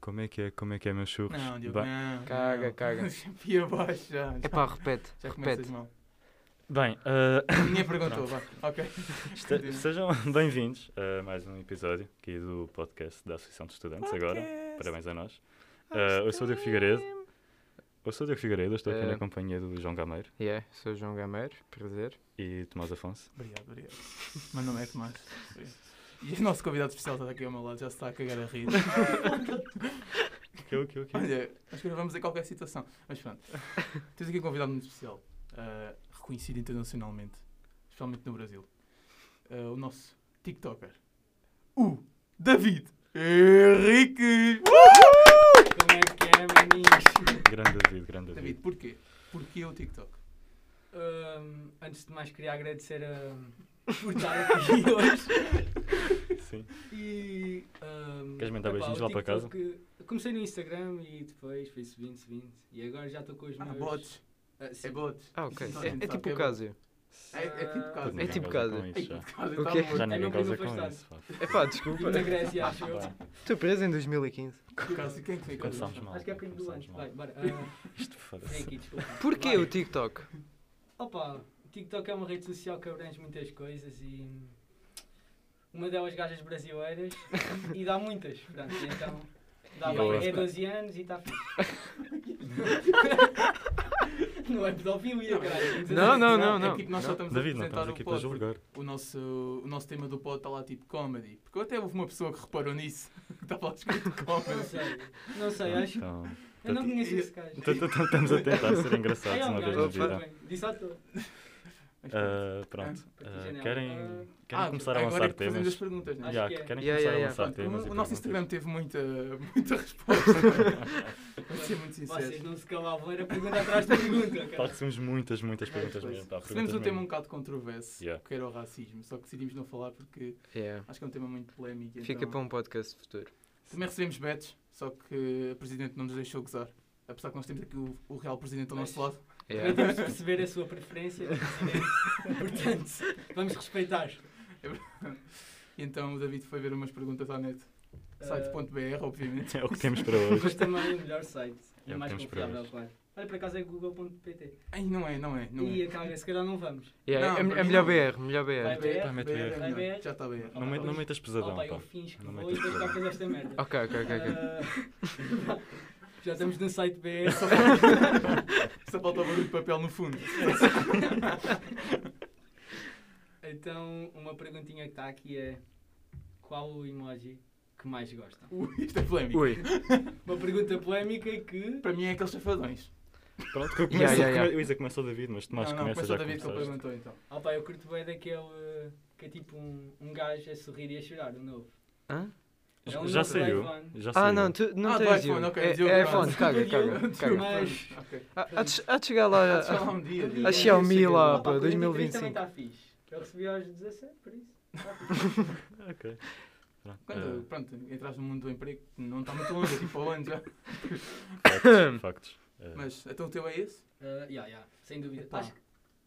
Como é que é? Como é que é, meus churros? Não, Diogo, Bem, não. Caga, não. caga. Pia abaixo, já. É pá, repete, já começas repete. mal. é. bem, ah, Ninguém perguntou, vá. Ok. este- Continua. sejam bem-vindos a mais um episódio aqui do podcast da Associação de Estudantes agora. Parabéns a nós. Ah, eu sou o Diogo Figueiredo. Eu sou o Diogo Figueiredo, eu estou aqui Eh. na companhia do João Gameiro Yeah, sou João Gameiro, prazer. e Tomás Afonso. Obrigado, obrigado. Meu nome é Tomás. E o nosso convidado especial está aqui ao meu lado, já se está a cagar a rir. Que, o que, que? Olha, nós gravamos em qualquer situação. Mas pronto, temos aqui um convidado muito especial, ah, reconhecido internacionalmente, especialmente no Brasil. Ah, o nosso TikToker, o David Henrique. Como é que é, maninhos? Grande David, grande David, David. porquê? Porquê o TikTok? Ahm, antes de mais, queria agradecer ahm, por estar aqui hoje. Sim. E, ahm, Queres mandar epá, beijinhos o lá para casa? TikTok, Comecei no Instagram e depois fui subindo, subindo. E agora já estou com os Ah, meus. bots. Ah, sim. É bots. Ah, ok. Sim, É, sim, é tá, tipo é o bom. Cásia. É, é tipo casa. É Ninguém tipo goza com casa. isso, Ei, já. tipo casa, O tá quê? louco. Já nem- ninguém não goza fui com afastado. isso. pá. É pá, E desculpa. na Grécia, acho eu. Bem, Estou preso em 2015. Por causa, quem é que foi? Começamos mal. Acho que é o primo do começamos anjo. mal. Vai, bora. Ah, Isto foda vem aqui, desculpa. Porquê Vai. o TikTok? Opa, o TikTok é uma rede social que abrange muitas coisas e uma delas gajas brasileiras e dá muitas, pronto, e então dá E bem, elas- é 12 anos e está fixe. Não é pedofilia, caralho. Não, não, não, É não. tipo, nós só Não. estamos David, a não apresentar estamos o aqui para pod, porque julgar. o nosso, o nosso tema do pod está lá tipo comedy. Porque eu até houve uma pessoa que reparou nisso, que estava lá escrito Não comedy. sei, não sei, acho. Então, Eu não Portanto, conheço esse gajo. então- então estamos a tentar ser Ah, engraçados é um uma vez na gajo, vida. tudo bem. Disse à toa. Mas pronto. Ah, pronto. Parti Ah, janela. querem Ah, querem Ah, começar a agora lançar é que fazemos as temas? perguntas, né? Acho Já, que é. Querem Yeah, começar a yeah, lançar Pronto, o- temas? e o nosso perguntas? Instagram teve muita, muita resposta. Vou ser muito Vocês sincero. não se calavam, era pergunta atrás de pergunta, Pá, cara. recebemos muitas, muitas perguntas mesmo. pá, É, Recebemos um perguntas tema um mesmo. bocado controverso, Yeah. que era o racismo, só que decidimos não falar porque Yeah. acho que é um tema muito polémico. Fica então- para um podcast futuro. um- Também recebemos bets, só que o Presidente não nos deixou gozar. Apesar que nós temos aqui o, o Real Presidente ao nosso lado. Eu Yeah. devo perceber a sua preferência, é? portanto, vamos respeitar. E então o David foi ver umas perguntas à net. Ah. Site.br, obviamente. É o que temos para hoje. Mas também é o melhor site. É É, o que mais temos para confiável, hoje. claro. Olha, por acaso é google.pt. Ai, não é, não é. Não E é. a caga, se calhar não vamos. Yeah, Não, é- para é, mim melhor não. BR, melhor Vai BR. BR. Pá, Tá, mete BR, BR. é melhor. BR. Já está BR. Não, met- não metas pesadão, Opa, eu pá. finjo que Não vou e metas depois pesadão. tocas esta merda. Ok, ok, ok. ok. Ah, já estamos no site é BR. Só falta- Só falta o barulho de papel no fundo. Então, uma perguntinha que está aqui é: qual o emoji que mais gostam? Ui, isto é polémico. Ui, Uma pergunta polémica que. Para mim é aqueles safadões. Pronto, que eu Yeah, começo. yeah, yeah. Eu Isa começa o David, mas Tomás não, não, começa começa o já David que ele começaste. perguntou então. Opa, eu curto bem daquele que é tipo um, um gajo a sorrir e a chorar, o novo. hã? É um Já novo saiu. iPhone. Já saiu. Ah, não, tu não ah, do tens iPhone, Diogo. ok. É, Diogo, é não. iPhone, caga, caga, Diogo, caga. Mas- Ah, ok. Há- Há de há de chegar lá. ah, Deixa eu lá um dia, Diogo. A Xiaomi Chega lá, Opa, pá, a 2025. 43 também está fixe. Eu recebi aos 17, por isso. Tá fixe. Ok. Pronto. Quando, Ah. pronto, entras no mundo do emprego, não está muito longe, é tipo ao ano já. Ah, factos, factos. Ah, Mas então o teu é esse? Ah, yeah, yeah, sem dúvida. Epá, Acho que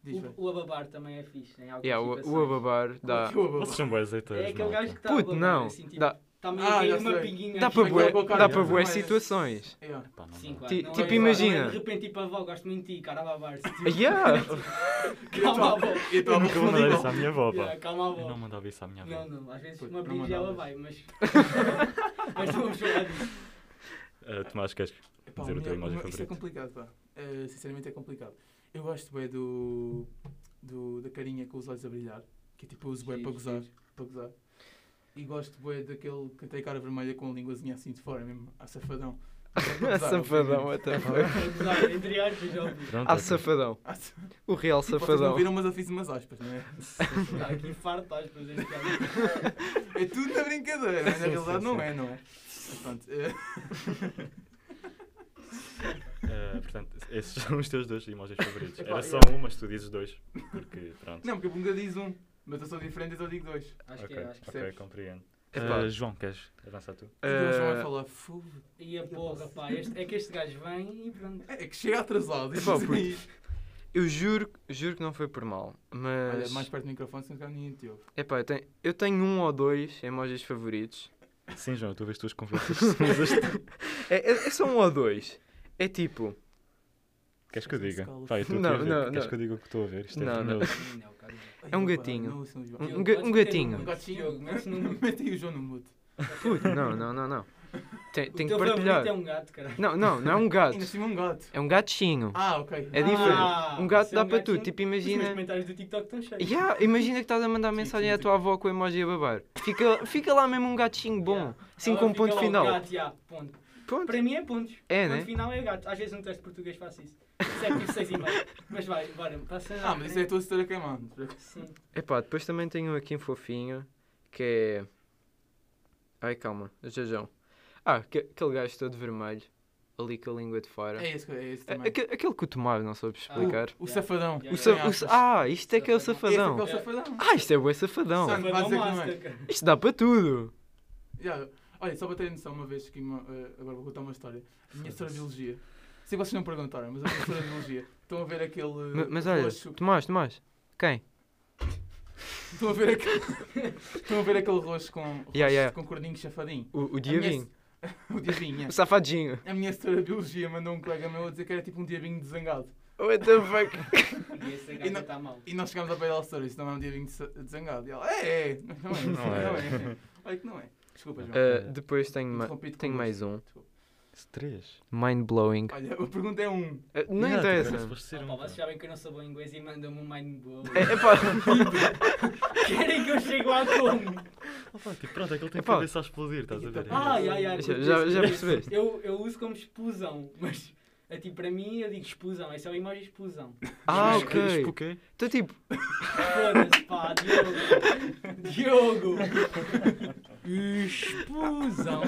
Diz o, o ababar também é fixe, em algumas Yeah, o, o situações. ababar dá. Vocês são boas azeiteiros, É aquele gajo que está Puto, não. Assim, tipo, Dá- Está meio Ah, a cair já uma sei. pinguinha. Dá assim, para Aquele bué, que é o dá contrário, para não bué é? situações. Pá, não Sim, dá. claro. Ti- não tipo, é- imagina. não é De repente, tipo, avó, gosto muito de ti, cara, assim. ababar. Yeah. Calma, avó. Eu nunca vou mandar isso à minha avó, Yeah, pá. Calma, Eu não avó. mandava isso à Tá minha avó. Não, não, às vezes Puto, uma não pinga ela mandavas. vai, mas. Mas não vamos falar disso. Ah, Tomás, queres que Epá, Dizer o o teu meu- emoji o meu- Isso é favorito. complicado, pá. Eh, sinceramente é complicado. Eu gosto bem do, do- da carinha com os olhos a brilhar, que é tipo eu uso bem para Giro, gozar, giro. para gozar. E gosto bem daquele que tem cara vermelha com a linguazinha assim de fora, mesmo, a safadão. Mas é para gozar, obviamente. Safadão, what the fuck. Para gozar, Entre aspas, já ouvi. Pronto, é assim. Ah, ok. safadão. Ah, sa- O real Tipo, Vocês não safadão. viram, mas eu fiz umas aspas, não é? Está Tá aqui farto às coisas que há. É tudo na brincadeira, mas na Sim, realidade sim, não sim. é, não é? Mas pronto, eh, Ah, portanto, esses são os teus dois emojis favoritos. Epá, Era só yeah. um, mas tu dizes dois. Porque, pronto. não, porque eu nunca diz um, mas eu sou diferente, então eu digo dois. Eh, Acho que Ok, é, acho que ok, percebes. compreendo. Epá. Ah, João, queres avançar tu? E o João vai Eh, falar, "Fogo." é. E a porra, pá, este- é que este gajo vem e pronto. É que chega atrasado. É isso pá, aí. puto. Eu juro, juro que não foi por mal, Olha, mas. mais perto do microfone, senão cá ninguém te ouve. Epá, eu tenho, eu tenho um ou dois emojis favoritos. Sim, João, tu vês tuas conversas. sujas. É, é- é só um ou dois. É tipo. Queres que eu diga? Escola. Pá, eu estou aqui Não, a ver. não, Queres não. que eu diga o que estou a ver? Isto é Não, não. vergonhoso. Não, cara, não. É um gatinho. Não, ouçam o João. Um Diogo, ga- podes um meter gatinho. no Um mute, Diogo, gatinho. mete no mute. Metem o João no mute. Puto, não, não, não, não. Tem, O tem que teu partilhar. favorito é um gato, cara. Não, não, não é um Ainda gato. assim um gato. É um gatinho. Ah, ok. É diferente. Ah, Um gato se é um dá para tudo. gatinho, Tipo, Os meus imagina. comentários do TikTok estão cheios. Yeah, imagina que estás a mandar Sim, mensagem sim, à tua avó com o emoji a babar. Fica, fica lá mesmo um gatinho bom. Yeah. Assim Ela como fica ponto logo final. gato, yeah, ponto. Pronto. Para mim é pontos. É, ponto né? final é gato. Às vezes no teste de português faço isso. 7 e 6 e meio. Mas vai, bora, passa Ah, mas isso é a tua setora queimando. Sim. Epá, depois também tenho aqui um fofinho que é. Ai, calma, Jajão. Ah, que, aquele gajo todo vermelho, ali com a língua de fora. É esse, é esse A- também. é, aque- aquele que o Tomás não soube explicar. O safadão. O O Yeah, sa- yeah. o sa- ah, isto é que é o Esse é safadão. aquele safadão. Ah, isto é o safadão. Sangue. Vai dizer que não é. cara. Isto dá para tudo. Já, Olha, só para terem noção, uma vez que uma- eh, agora vou contar uma história. A minha história de biologia. Sei que vocês não perguntaram, mas a minha história de biologia. Estão a ver aquele. eh, Ma- Mas, olha, roxo- Tomás, Tomás. Quem? Estão a ver aquele. Estão a ver aquele roxo com, Yeah, roxo yeah. com cordinho chafadinho. O, o A minha diabinho. se- o diabinho, O yeah. safadinho. A minha história de biologia mandou um colega meu a dizer que era tipo um diabinho de zangado. What the fuck? E essa E gata não- está mal. E nós chegámos ao pé dela história, isso não é um diabinho de sa- de zangado. E ela, é, é, não é, não Não é. é. Não é. Olha que não é. Desculpa, João. Ah, depois tenho, ma- Interrompi-te com tenho gosto. mais um. Desculpa. Três. Mind blowing. Olha, a pergunta é um. Ah, não Yeah, interessa. agora se fosse ser Ah, um, pá, pá. vocês sabem que eu não sou bom em inglês e mandam-me um mind blow. É, epá, Querem que eu chegue lá como? Ah, pá, tipo, pronto, é que ele tem Epá. cabeça a explodir, estás a ver? Tipo, Ah, já, já. Já- já- já percebeste? Eu, eu uso como explosão, mas é tipo, para mim eu digo explosão, é só a imagem de explosão. ah, Espoquei, ok. espoquei. Então, tipo, Foda-se, pá, Diogo. Diogo. Explosão.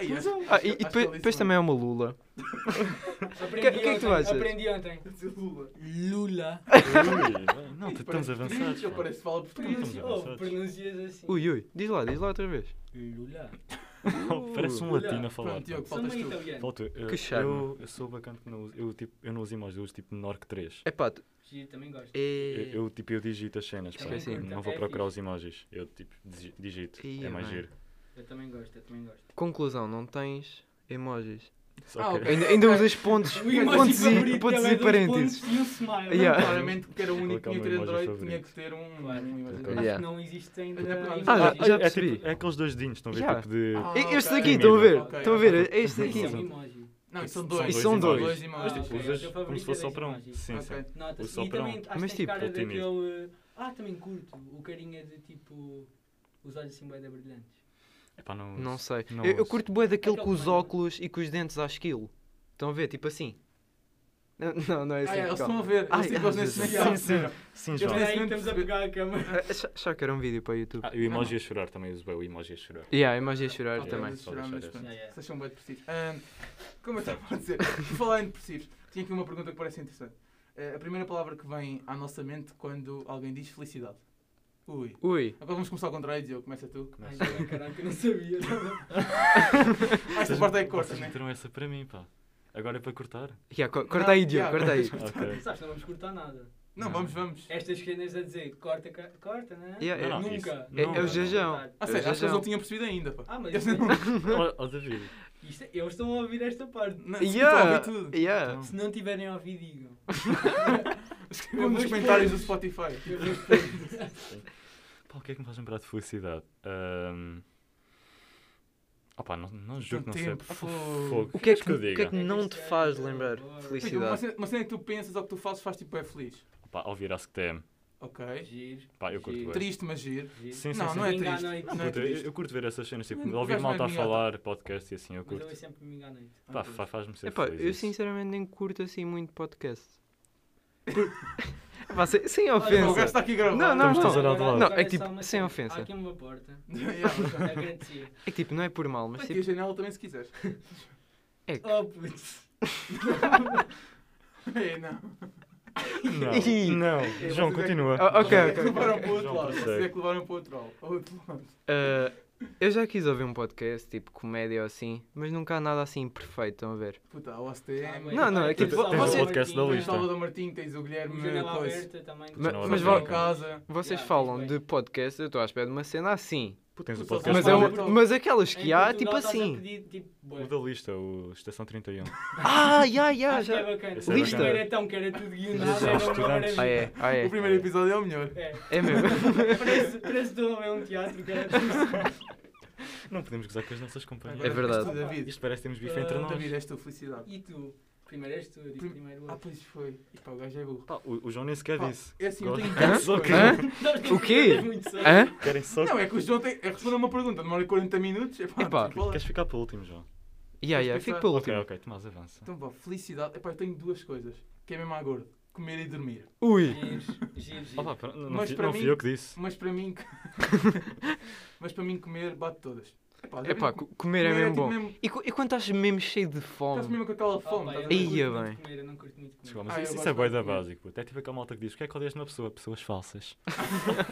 Ei, acho- Ah, e, e acho que depois, ele disse um depois bem. também é uma Lula. Aprendi que é que tu ontem, achas? Aprendi ontem. Então, um- Lula. Lula. Ui, bem, Não, Ih, estamos parece avançados. triste, Ele pá. parece que fala português. Estamos Oh, avançados. pronuncias assim. Ui, ui, diz lá, diz lá outra vez. Lula. Não, Parece um Olha, latino a falar. Pronto, Diogo, pá. Sou faltas meio tu. italiano. Volta, eu, Que charme. eu, eu sou bacana que não uso. Eu, tipo, eu não uso emojis, eu uso tipo Nork 3. Epá, tu- Giro, também gosto. é... Eu, eu, tipo, eu digito as cenas, pá. Também Sim, sim. Não curto, vou é procurar os fixe. emojis. Eu tipo digi- digito. Ih, é mais bem. giro. Eu também gosto, eu também gosto. Conclusão, não tens emojis. Só Ah, que- ok. Ainda, ainda usas pontos, pontos e, é pontos e parênteses. E um smile. Yeah. Claramente que era o único que tinha que ter Colocar uma Android, imagem tinha que ter um. Claro. um emoji. Acho Acho Yeah. que não existe ainda. Ah, ainda Ah, já- Ah, existe. já é, percebi. tipo, é aqueles dois dinhos, estão a ver? Já. Tipo de. Ah, E- Este ok. daqui, estão a ver? Ok, Estão a ok. ver? É Este Isso é um daqui. emoji. Não, são São dois. dois. São dois. dois Ah, Mas emojis. tipo, ok, usas o teu como favorito se é fosse só dois para um. emojis. Sim, sim. Ok. O Nota-se. E soprão. também acho Mas, que tem tipo, cara o tímido. daquele. Ah, também curto. O carinha de tipo. Os olhos assim, bué da brilhantes. Epá, É não. Não sei. Não eu, eu uso. curto bué daquele com Aquele os também. óculos e com os dentes à esquilo. Estão a ver? Tipo assim. Não, Não, não é Ah, assim. é, eles calma. estão a ver. Eu Ai, sei que ai, eles nesse Jesus. momento Sim, perceberam. Sim, Eu João. também- Espera aí, momento estamos percebi- a pegar a câmera. Ah, ach- Achava que era um vídeo para o YouTube. Ah, e o emoji a chorar também, uso bem o emoji a chorar. é Yeah, imagina chorar Ok, também. mas chorar, mas Só deixar pronto. essa. Yeah, yeah. Vocês são bem depressivos. Ahn, como eu estava a dizer, por falar em depressivos, tinha aqui uma pergunta que parece interessante. Eh, a primeira palavra que vem à nossa mente quando alguém diz felicidade. Ui. Ui. Agora vamos começar ao contrário, Diogo. Começa tu. Ai, bem, caraca, eu não sabia. Ah, esta parte é que corta, Vocês né? meteram essa para mim, pá. Agora é para cortar. Yeah, co- corta Não, aí, Diogo, yeah. corta aí. Ok. Sabes, não vamos cortar nada. Não, vamos, É, vamos. Estas cenas a dizer corta, ca- corta, né? Yeah, é. Não, não, isso. Nunca. É- é o Jejão. Ah, sério, acho que eles Jejão. não tinham percebido ainda, pá. Ah, mas Eles isto não- Ó, ó, David. é- isto é- eles estão a ouvir esta parte. não- Yeah, escutam a ouvir tudo. yeah. Se não tiverem a ouvir, digam. Escrevam Tipo, nos comentários do Spotify. Tipo, Eu vou expor. Pá, o que é que me faz lembrar de felicidade? Ahm, Opá, não, não juro que não Tanto sei. tempo, Pá, fogo. O que é Queres que, o que, é que diga? não te faz Este ano, lembrar boa. Tipo, uma felicidade? cena- uma cena que tu pensas ou que tu fazes, faz tipo é feliz. Opá, ouvir a SCTM. Ok. Giro. Pá, eu curto Sim. bué. Triste, mas giro. giro. Sim, sim, Não, sim. não é Domingo à triste. noite. Não é Curto, eu, triste. eu curto ver essas cenas, tipo, Mas ouvir vais mais malta a mingata. falar, podcast e assim, eu Mas eu curto. ouço sempre domingo à noite. é Pá, fa- faz-me ser Epá, feliz. eu isso. sinceramente nem curto assim muito podcast. Por- Epá, sem, sem Olha, Não, O gajo ofensa. está aqui a gravar. Não, não, Estamos não. todos a dar de lado. Não, Agora é tipo, só uma sem cena. ofensa. Há aqui uma porta. Yeah. Agradecia. É que tipo, não é por mal, mas Aqui a tipo, janela também se quiseres. é que... Oh, putz. Ei, não. Ih. Não, não. João, vocês é- continua. Ah, ok, Vocês é que ok. levaram para o outro João, lado. prossegue. Vocês é que levaram para o outro lado. Ao outro lado. Ah, eu já quis ouvir um podcast, tipo comédia ou assim, mas nunca há nada assim perfeito, estão a ver? Puta, o ASTM. Não, não, é que Tens vo- o vocês- podcast da Tens o lista. Salvador Martinho, tens o Guilherme Janela Coisa. aberta também. Mas- Não, mas não. Vão vo- em casa. vocês Yeah, falam pois de bem. podcast, eu estou à espera de uma cena assim. Pô, tens o Mas eles- podcast Mas, do é falar Davi- um- uma- mas aqueles Em que há, Portugal tipo estás a assim. pedir, tipo, bué. O da lista, o Estação 31. Ah, já, já, Acho que já. é bacana. Isso é O primeiro bacana. então, que era tudo Mas guionado, são era uma estudantes. maravilha. Ah, é, ah, O é. primeiro episódio é o melhor. É. É mesmo. Parece, parece que estou a ver um teatro, que era Não podemos gozar com as nossas companhias. Agora É verdade. és tu, David. Isto parece que temos bife entre Ah, nós. David, és tu, felicidade. E tu? Primeiro és tu, eu disse Prim- primeiro Ah, outro. pois foi. E pá, o gajo é burro. Pá, o, o João nem sequer Pá, disse. É assim, eu Gosto. tenho Hã? tantas Só que- coisas. Hã? Nós O quê? temos é muito sorte. Hã? Querem só. Não, é que o João tem... é responder uma pergunta, demora 40 minutos. É pá, Epá. desculpa lá. Queres ficar para o último, João? Já, já, Mas fico pensar- pelo Ok, último. ok, Tomás, avança. Então vá, felicidade. Epá, eu tenho duas coisas. Que é mesmo à gorda. Comer e dormir. Ui. Giro, giro, giro. Opa, pera- não, Mas fui- para não mim- fui eu que disse. Mas para mim... Mas para mim comer bate todas. Epá, É pá, David, comer é mesmo tipo bom. mesmo- E, cu- e quando estás mesmo cheio de Estás fome? mesmo com aquela Ah, fome. tá pá, eu estás a não ver? Ia Tipo, curto muito bem. de comer, eu não curto muito de Desculpa, comer. mas Ah, eu isso, isso gosto é boia da muito. básico. puto. É tipo aquela malta que diz: o que é que odeias numa pessoa? Pessoas falsas.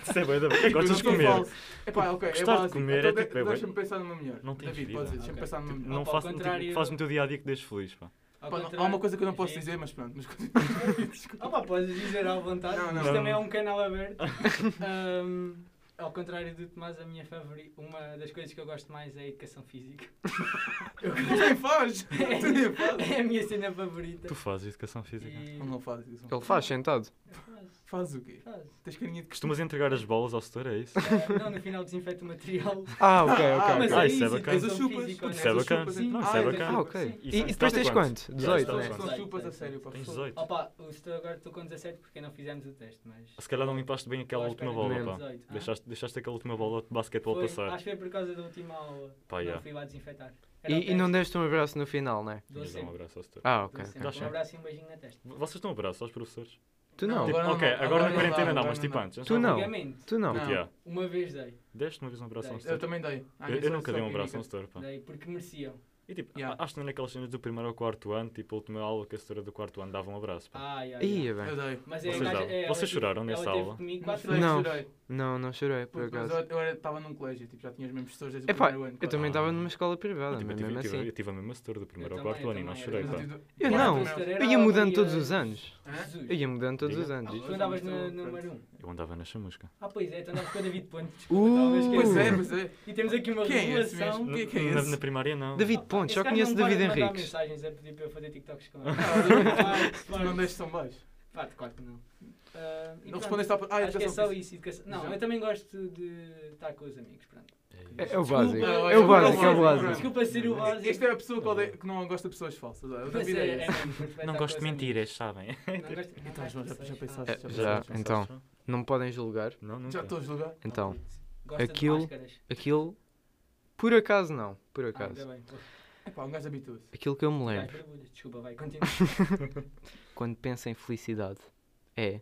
isso é boia da básico. Eu Gostas de não sou comer. falso. Epá, ok, Gostar é de básico. comer Então é de- tipo, é bué- Deixa-me pensar numa melhor. Não tens David, vida. podes dizer, deixa-me Ok. pensar numa melhor. Não Opa, ao faz, não contrário- fazes no teu dia a dia que deixes feliz. Pá. Pá, Ao não- Há contrário, uma coisa que eu não posso giro. dizer, mas pronto. Mas... Ah pá, podes dizer à vontade. Não, não, Isto não. também é um canal aberto. Ahm, ao contrário do Tomás, a minha favorita, uma das coisas que eu gosto mais é a educação física. Tu nem faz! Tu nem fazes! É a minha cena favorita. Tu fazes educação física. E... Ele não faz isso. Ele faz sentado. Faz, Faz o quê? faz. Tens carinha de Costumas entregar as bolas ao setor, é isso? Ah, não, no final desinfeta o material. Ah, ok, Ah, ok. mas Ah, é isso é bacana. isso, educação Mas as chupas, física, Isso é honesto. bacana. Sim. Não, isso é Ah, bacana. Ah, ok. Sim. E E, e são- depois tens tens quanto? quantos? 18, Tens né? quantos? é? São chupas a sério, pá. Tens foda-se. 18. Opa, o estou agora estou com 17 porque não fizemos o teste, mas. Se calhar não limpaste bem aquela Estou à última espera bola, de pá. 18. Ah, Deixaste, deixaste aquela última bola de basquetebol foi, passar. Ah, Ah, Acho que foi por causa da última aula. Pá, não já. fui lá desinfetar. Era o E, e não teste. deste um abraço no final, né? Dou Tinhas de dar um sempre, abraço ao setor. Ah, dou ok. sempre. ok. Um abraço e um beijinho na testa. Vocês estão um abraço aos professores? Tu Não, não. Tipo, agora ok, não, agora agora na não quarentena dá, não, agora mas não tipo dá. antes. antes Tu não. não. Obviamente, Tu não. Não. Puto, já. uma vez dei. Deste uma vez um abraço ao Dei. Eu setor. também dei. Ah, Eu, eu isso é nunca só dei um clínica. abraço a um setor, pá. Dei porque mereciam. E tipo, Yeah. a- acho que não é naquelas cenas do primeiro ao quarto ano, tipo, a última aula que a setora do quarto ano dava um abraço, Ah, pá. Ai, ai, ai. Ia Eu bem. dei. Mas é, Vocês, a gaja- davam- é, ela Vocês teve- choraram nessa ela teve aula? comigo Quatro quatro chorei, vezes. Não. chorei. Não, não chorei, por Puto, Mas acaso. eu estava num colégio, tipo, já tinha os mesmos professores desde o Epá, primeiro ano. eu também Ah. estava numa escola privada, Tipo, eu mas tive, mesmo eu tive- assim. eu tive a mesma setora do primeiro Eu ao quarto ano também, e eu não também, chorei, eu pá. também. Eu Quatro não. vezes era Eu ia a mudando minha- todos os anos. Hã? Eu Jesus. ia mudando todos Diga. os Ah, anos. Tu andavas no Pronto. número 1. Eu andava na chamusca. Ah, pois é, tu andavas com o David Ponte. Uh, Desculpa, estava a esquecer. Pois é, Uh. pois é. E temos aqui uma Quem é esse revelação. Então, mesmo? O que é que é na, esse? na primária não. David Pontes, já Esse gajo conheço não para David de mandar Henriques. mensagens a pedir para eu fazer TikToks com ele. Ah, David, Claro, Tu não claro. deste tão baixo. Claro, claro que não. Ah, e Não pronto, respondeste à... Ah, Acho que é educação só física. isso. educação- Não, Exato. eu também gosto de estar com os amigos. Pronto. É É, isso. é o básico. Desculpa- É o básico, é o desculpa- básico. Desculpa ser o básico. Esta é a pessoa que, Tá odeia- que não gosta de pessoas falsas. olha, O Mas David é- é é esse. mesmo, gosto de Não estar gosto de com os mentiras, sabem? amigos. Não gosto- não Então, gosto João, de já- já pessoas pensaste? falsas. É, já. então. Não me podem julgar. Não, nunca. Já estou a julgar. Então, Gosta de Aquilo- máscaras. aquilo. Por acaso não. Por Ah, ainda acaso. bem, pô. É pá, um gajo habitua-se. Aquilo que eu me Vai, lembro, borbulhas. Desculpa, vai, continua. quando penso em felicidade, é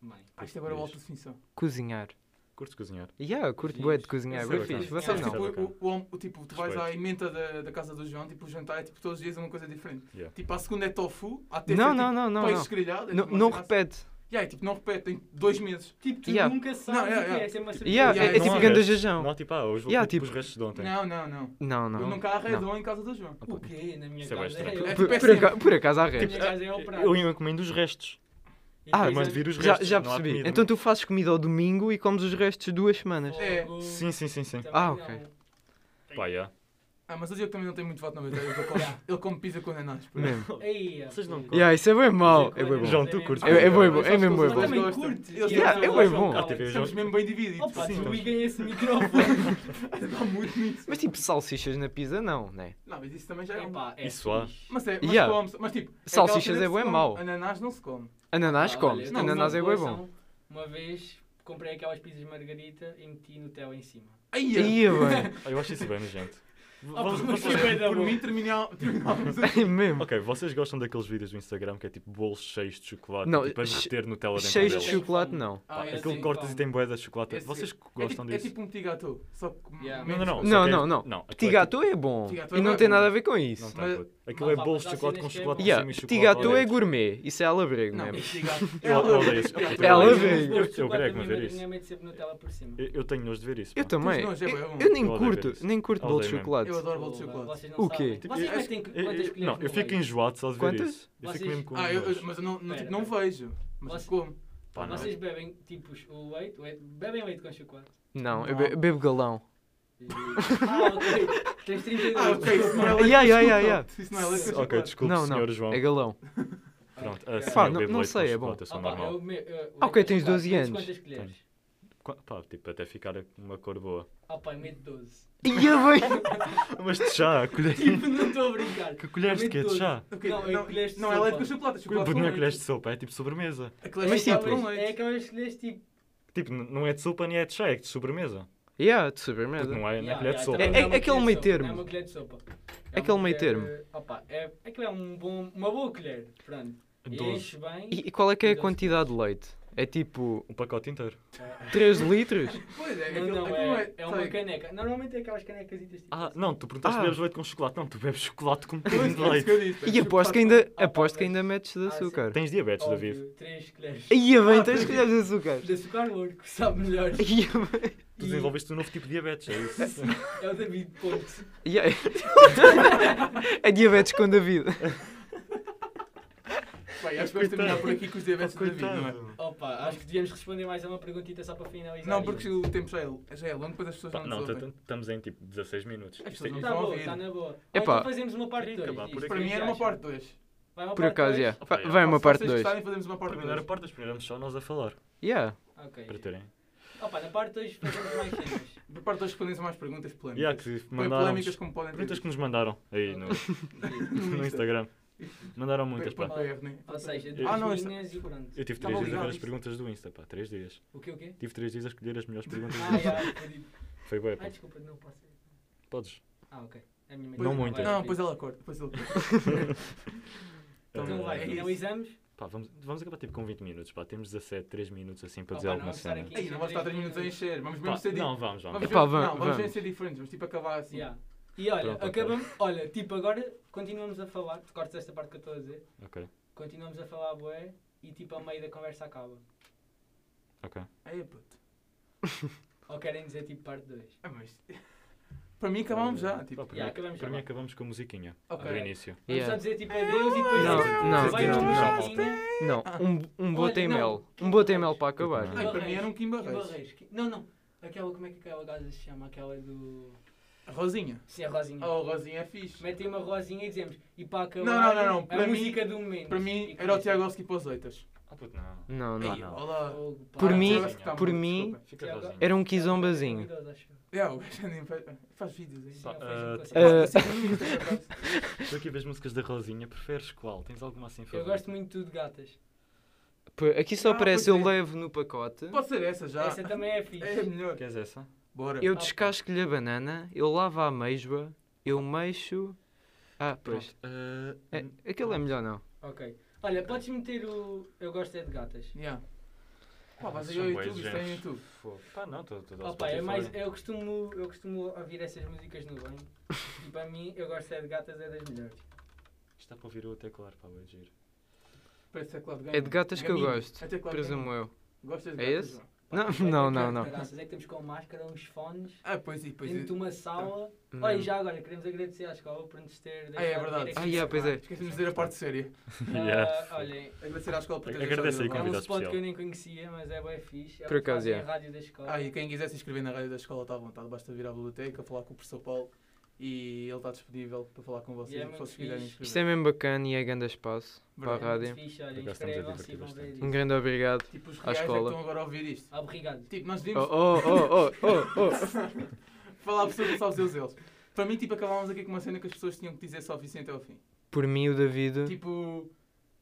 Mãe. Ah, Isto agora Diz. volta de definição. cozinhar. Curtes cozinhar? Yeah, eu curto Fixe. bué de cozinhar, Isso é bué bacana. fixe. Isso é Vocês Sabes, não. tipo, Bacana. o, o, o, tipo, tu vais Respeito. à emenda da, da casa do João, tipo, o jantar é tipo todos os dias uma coisa diferente. Yeah. Tipo, à segunda é tofu, à terça Não, é não, tipo, não, não. peixe Não, grelhado. é não, tipo uma não cena assim. repete. Yeah, e, tipo, não repete, tem dois meses. Tipo, tu Yeah. nunca sabes Não, yeah, o que é, yeah. é sempre uma surpresa. Yeah, Yeah, é, é não tipo há grande resto. jajão. Não, tipo, ah, hoje vou Yeah, tipo, os tipo- restos de ontem. Não, não, não. Não, Eu não. Ah, nunca arredou em casa do João. O quê? Na minha Isso é casa bem é estranho. o- Por, tipo, por é aca- por acaso há Na resto. minha casa é o prato. Eu encomendo os restos. E Ah, depois Mas é- vir os Já, restos. já não há percebi. comida. Então tu fazes comida ao domingo e comes os restos duas semanas. É. Fogo. Sim, sim, sim, sim. Também Ah, não. ok. Pá, já. Ah, mas o Diogo também não tem muito voto na matéria. Ele come, ele come pizza com ananás. por exemplo. Mesmo. Ei, ah, Vocês não pô. Yeah, Yeah, isso é bem mau. É bem Mas bom. João, tu é curtes. mesmo. É- é bom, é bom. Mas só as mesmo pessoas bom. mais Também gostam. curte. Eles Yeah, gostam. é bem bom. Ah, teve Estamos mesmo bem divididos. Opa, Sim, desliguem esse microfone. Dá muito nisso. Mas tipo salsichas na pizza não, né? Não, mas isso também já é um... Epá, é Isso há. fixe. Mas é, mas Yeah. come-se. Mas tipo... aquela Salsichas cena que é se bué come. mau. Ananás não se come. Ananás Ah, comes. olha, não, Ananás uma é bem boa bom. ação. Uma vez comprei aquelas pizzas margarita e meti Nutella em cima. Ai, ai. Ia bem. Ah, Eu acho isso bem, gente. Opa, Ah, mas vocês- que coisa Por boa. mim terminal- terminávamos aqui. É mesmo. Ok, vocês gostam daqueles vídeos do Instagram que é tipo bolos cheios de chocolate Não, e tipo a che- derreter Nutella dentro Cheios de deles? Tenho chocolate fome. não. Pá, Ah, é aquilo assim. cortas e pá. tem boeda de chocolate. Esse- Vocês É gostam tipo, é disso? tipo um petit gâteau, só que Yeah. Não, não, não. menos- só Não, que é- não, não. não. Petit gâteau é bom. Petit gâteau E é não bom. tem nada a ver com Não isso. tá, Mas- puto. Aquilo é Mas há bolos de cenas chocolate com que é chocolate bom. em Yeah, cima e Petit chocolate gâteau é dentro. gourmet. Isso é alabrego Não, mesmo. petit gâteau. Eu Ela- odeio isso. Ela- Eu- Ela Ela- veio. Eu- eu Chocolate grego da a ver minha isso. madrinha mete sempre Nutella por cima. Eu eu tenho nojo de ver isso. Eu pá. também. Tens nojo, é Eu, bué bom. eu nem Eu odeio curto, isso. nem curto Eu bolo de odeio mesmo. chocolate. Eu adoro bolo de Pô, chocolate. Vocês não O quê? sabem. Tipo, Vocês eu- metem eu- eu- quantas colheres Não, eu no fico leite? enjoado só de ver Quantas? isso. Eu fico Vocês- mesmo com Ah, eu- eu- nojo. mas eu não, não, tipo, Pera, não pera. vejo. Mas Vocês- como. Pá, não. Vocês bebem, tipo, o leite, o leite- bebem leite com chocolate. Não, eu Não. be- bebo galão. E- Ah, ok. Tens 32. Ah, ok, isso não é leite, Ya, ya, ya, desculpa. ya. Isso não é leite, Ok, desculpa. desculpe, não, senhor não. João. É galão. Pronto, Ok. assim, Pá, eu não- bebo não leite com sei, é chocolate, Eu sou Ah, pá, normal. eu me- eu- Ah, ok, tens leite com 12 chocolate, anos. Quantas colheres? Qua- Pá, tipo, até ficar uma cor boa. Ah, pá, eu meto 12. Ia bem! Mas de chá, colher... Tipo, não estou a brincar. que colheres de meto quê? De doze. chá? Ok, Não, é não, colheres de não é leite com sopa. chocolate, é chocolate Porque não com é leite. colheres de sopa, é tipo sobremesa. A colher Mas de chocolate tipo, com É leite. aquelas colheres tipo. Tipo, n- não é de sopa nem é de chá, é de sobremesa. Yeah, de Porque sobremesa. não é, não é Ya, colher de ya, sopa. também não É- é- então uma colher aquele de meio sopa, termo. Não é uma colher de sopa. É Aquele uma meio colher- termo. ah, pá, é, aquilo é um bom, uma boa colher. Pronto. E Doze. enche bem. E, e qual é que é a Doze. quantidade de leite? É tipo Um pacote inteiro. Ah, 3 litros? Pois é, Não, aquilo não, aquilo é, é uma sabe, caneca. Normalmente é aquelas canecas tipo. Ah, assim. não, tu perguntaste Ah. se bebes leite com chocolate. Não, tu bebes chocolate com um Pois, bocadinho de é isso que eu leite. disse, é E aposto que chocolate ainda, Ah, pá, aposto que mas- ainda metes de né? Ah, sim. açúcar. Tens diabetes, David. Óbvio, Três colheres. Ia bem, Ah, tens que de açúcar. De açúcar louro, que sabe melhor. Ia bem. Tu desenvolveste um novo tipo de diabetes, é isso? É o David Ponte. Ia- É diabetes com David. com- Bem, acho que vais terminar por aqui com os diabetes da vida, não é? Coitado. Opa, acho que devíamos responder mais a uma perguntita só para finalizar. Não, isto. porque o tempo já é, já é longo, depois as pessoas Pá, já não Não, nos t- ouvem. t- estamos em tipo 16 minutos. As Isto é- pessoas Está boa, ouvir. está Tá na boa. Epá. Ou então fazemos uma parte Sim, 2. acabar por aqui. Para é mim era uma parte 2. Por acaso, yeah. Opa, Vai- yeah. Vai uma Se parte vocês 2. gostarem, fazemos uma parte Primeiro 2. era portas, primeiro éramos só nós a falar. É Yeah. Ok. Para terem. Opa, na parte 2 fazemos mais cenas. Por parte 2 respondemos a mais perguntas polémicas. Yeah, que Bem mandaram polémicas como podem ter. Perguntas que nos mandaram aí no, Sim. no Instagram. Mandaram muitas, Bem, pá. para o PR, né? Ou seja, Ah, duas não, linhas isso- e pronto. Tá Eu tive Tava 3 dias a ver ligado as isto. perguntas do Insta, pá. 3 dias. O quê, o quê? Tive 3 dias a escolher as melhores perguntas do Ah, Insta. já, perdido. Foi bué, Ah, pá. desculpa, não posso. Podes. Ah, ok. É a minha mãe. Não muito. muitas. Não, vai, querido. depois ela corta. Depois ele corta. Eh, Então vai, É isso. finalizamos. Pá, vamos, vamos acabar tipo com 20 minutos, pá. Temos 17, 3 minutos assim para Oh, dizer pá, alguma não vamos estar cena. aqui. tipo- Ei, não vamos estar 3 minutos a encher. Vamos mesmo Pá, ser di- não, vamos, Vamos vamos. mesmo- Epá, não, vamos- vamos mesmo vamos. ser diferentes. Vamos tipo acabar assim. Yeah. E olha, Pronto, ok. acabamos. Olha, tipo, agora continuamos a falar. Tu cortas esta parte que eu estou a dizer. Ok, Continuamos a falar, boé. E tipo, a meio da conversa acaba. ok. Aí, puto. Ou querem dizer tipo parte 2. Ah, mas... Para mim acabámos já. Eh, Tipo, pá, para Yeah, mim- acabamos para já. mim acabamos com a musiquinha Ok. do início. Vamos Yeah. só dizer tipo adeus e depois. Não, tipo, não, vai não, outra não. musiquinha. Não, Ah. um, um Olha, bote em não. mel. Um bote em mel para acabar. Ai, para mim era um Kim Barreiros. Barreiros. Que- Não, não. Aquela, como é que aquela gaja se chama? Aquela do. Rosinha. Sim, a Rosinha. Oh, Rosinha é fixe. Metem uma rosinha e dizemos. E para acabar. é Não, não, não, não. A Para mim- música do momento. Para mim era o Tiagovski para os oitas. Ah, puto, não. Não, não. Ei, Olá. Por Ah, mim- Tiagovski tá por morto, mim- desculpa. Fica Tiago- sozinho. Era um quizombazinho. É, o gajo nem faz, faz vídeos aí. Pá, um tipo, assim. eh, tá Tu aqui vês músicas da Rosinha, preferes qual? Tens alguma assim Eh, Eu favorita? gosto muito de gatas. Pô, Aqui só Ah, aparece eu pois é. levo no pacote, Pode ser essa já. Essa também é É fixe. melhor. Queres essa? Bora. eu pá. descasco-lhe a banana, eu lavo a ameijoa, eu mexo. Ah, pois. Pronto. eh, É, aquele é melhor não. Ok. Olha, podes meter o. Eu gosto é de gatas. Yeah. Ah, Pá, mas aí São ao bué YouTube, isto é exigentes. YouTube. Fogo. Pá, não, estou a Opa, é mais, eu, costumo, eu costumo ouvir essas músicas no banho e para mim eu gosto é de gatas, é das melhores. Está para ouvir o teclado, pá, o giro. Parece teclado É de gatas que eu Gaming. gosto. É teclado gaming. Presumo eu. Gostas de É gatas, esse? João? Não, Pá, não, não, é que não. caraças, É que estamos com máscara, uns fones, Ah, pois e pois dentro de e. uma sala. Não. Olha, e já agora queremos agradecer à escola por nos ter Ah, é verdade. vir Ah, yeah, pois é. Esqueci de dizer a parte séria. Ah, Yeah. olhem, Agradecer à escola por ter Agradeço aí, é um Convidado spot especial. que eu nem conhecia, mas é bem fixe. É Por o que acaso, fazem é. a rádio da escola. Ah, e quem quiser se inscrever na rádio da escola está à vontade, basta vir à biblioteca, falar com o professor Paulo e ele está disponível para falar com vocês E é e que muito vocês quiserem fixe. inscrever. Isto é mesmo bacana e é grande espaço para a Verdade. é muito rádio. fixe, Por olhem, acaso estamos a inscrevam-se e vão divertir ver Um isso. grande obrigado. Tipo, os À reais é que escola. estão agora a ouvir isto. Obrigado. Tipo, nós Oh, devíamos oh, oh, oh, oh, falar sobre só os seus eles. Para mim, tipo, acabámos aqui com uma cena que as pessoas tinham que dizer só Vicente ao fim. oh. Por mim, o David. Tipo,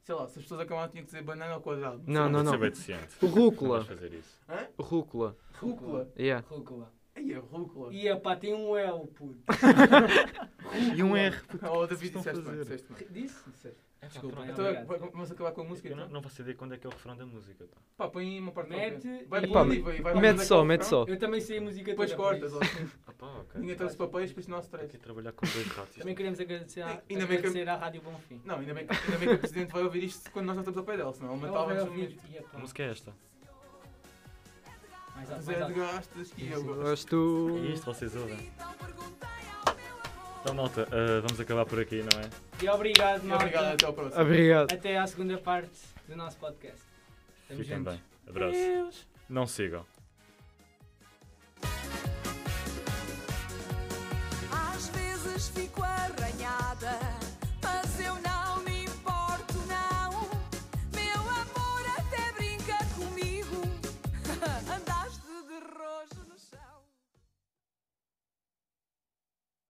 sei lá, se as pessoas acabavam tinham que dizer banana ao quadrado. tipo, Não, não, não. Você vai de ciente. Não vais Rúcula. fazer isso. É, Rúcula. é Rúcula. Yeah. Rúcula. Aí é rúcula. E epá, tem um L, puto. E um R. Oh, David, estão a disseste bem, fazer? disseste bem. Disse? Disseste. Desculpa. pronto, é então, obrigado. vai- vamos acabar com a música. Eu não, Então. não faço ideia quando é que é o refrão da música. Pá. Pá, põe aí uma parte Mete qualquer. Vai e- pelo Pá, livro e vai lá Mete fazer só, qual mete refrão. só. Eu também sei a música Oh. Depois toda, por cortas. isso. ou assim. Ah, pá, ok. Ninguém trouxe papéis, depois nós Estou aqui a três. trabalhar com dois ratos. Também queremos agradecer, à- oh. Ainda bem que- agradecer à Rádio Bom Fim. Não, ainda bem, que- ainda bem que o presidente vai ouvir isto quando nós não estamos ao pé dela, senão ele um matava-nos no momento. A música é esta. Mais alto, mais Zé de alto. gastos que eu gosto. Gosto. tu. É Hum. isto, vocês ouvem. Então, malta, ah, vamos acabar por aqui, não é? E obrigado, E Obrigado, Marta. até ao próximo. Obrigado. Até à segunda parte do nosso podcast. Estamos Fiquem juntos. bem. Abraço. Não sigam.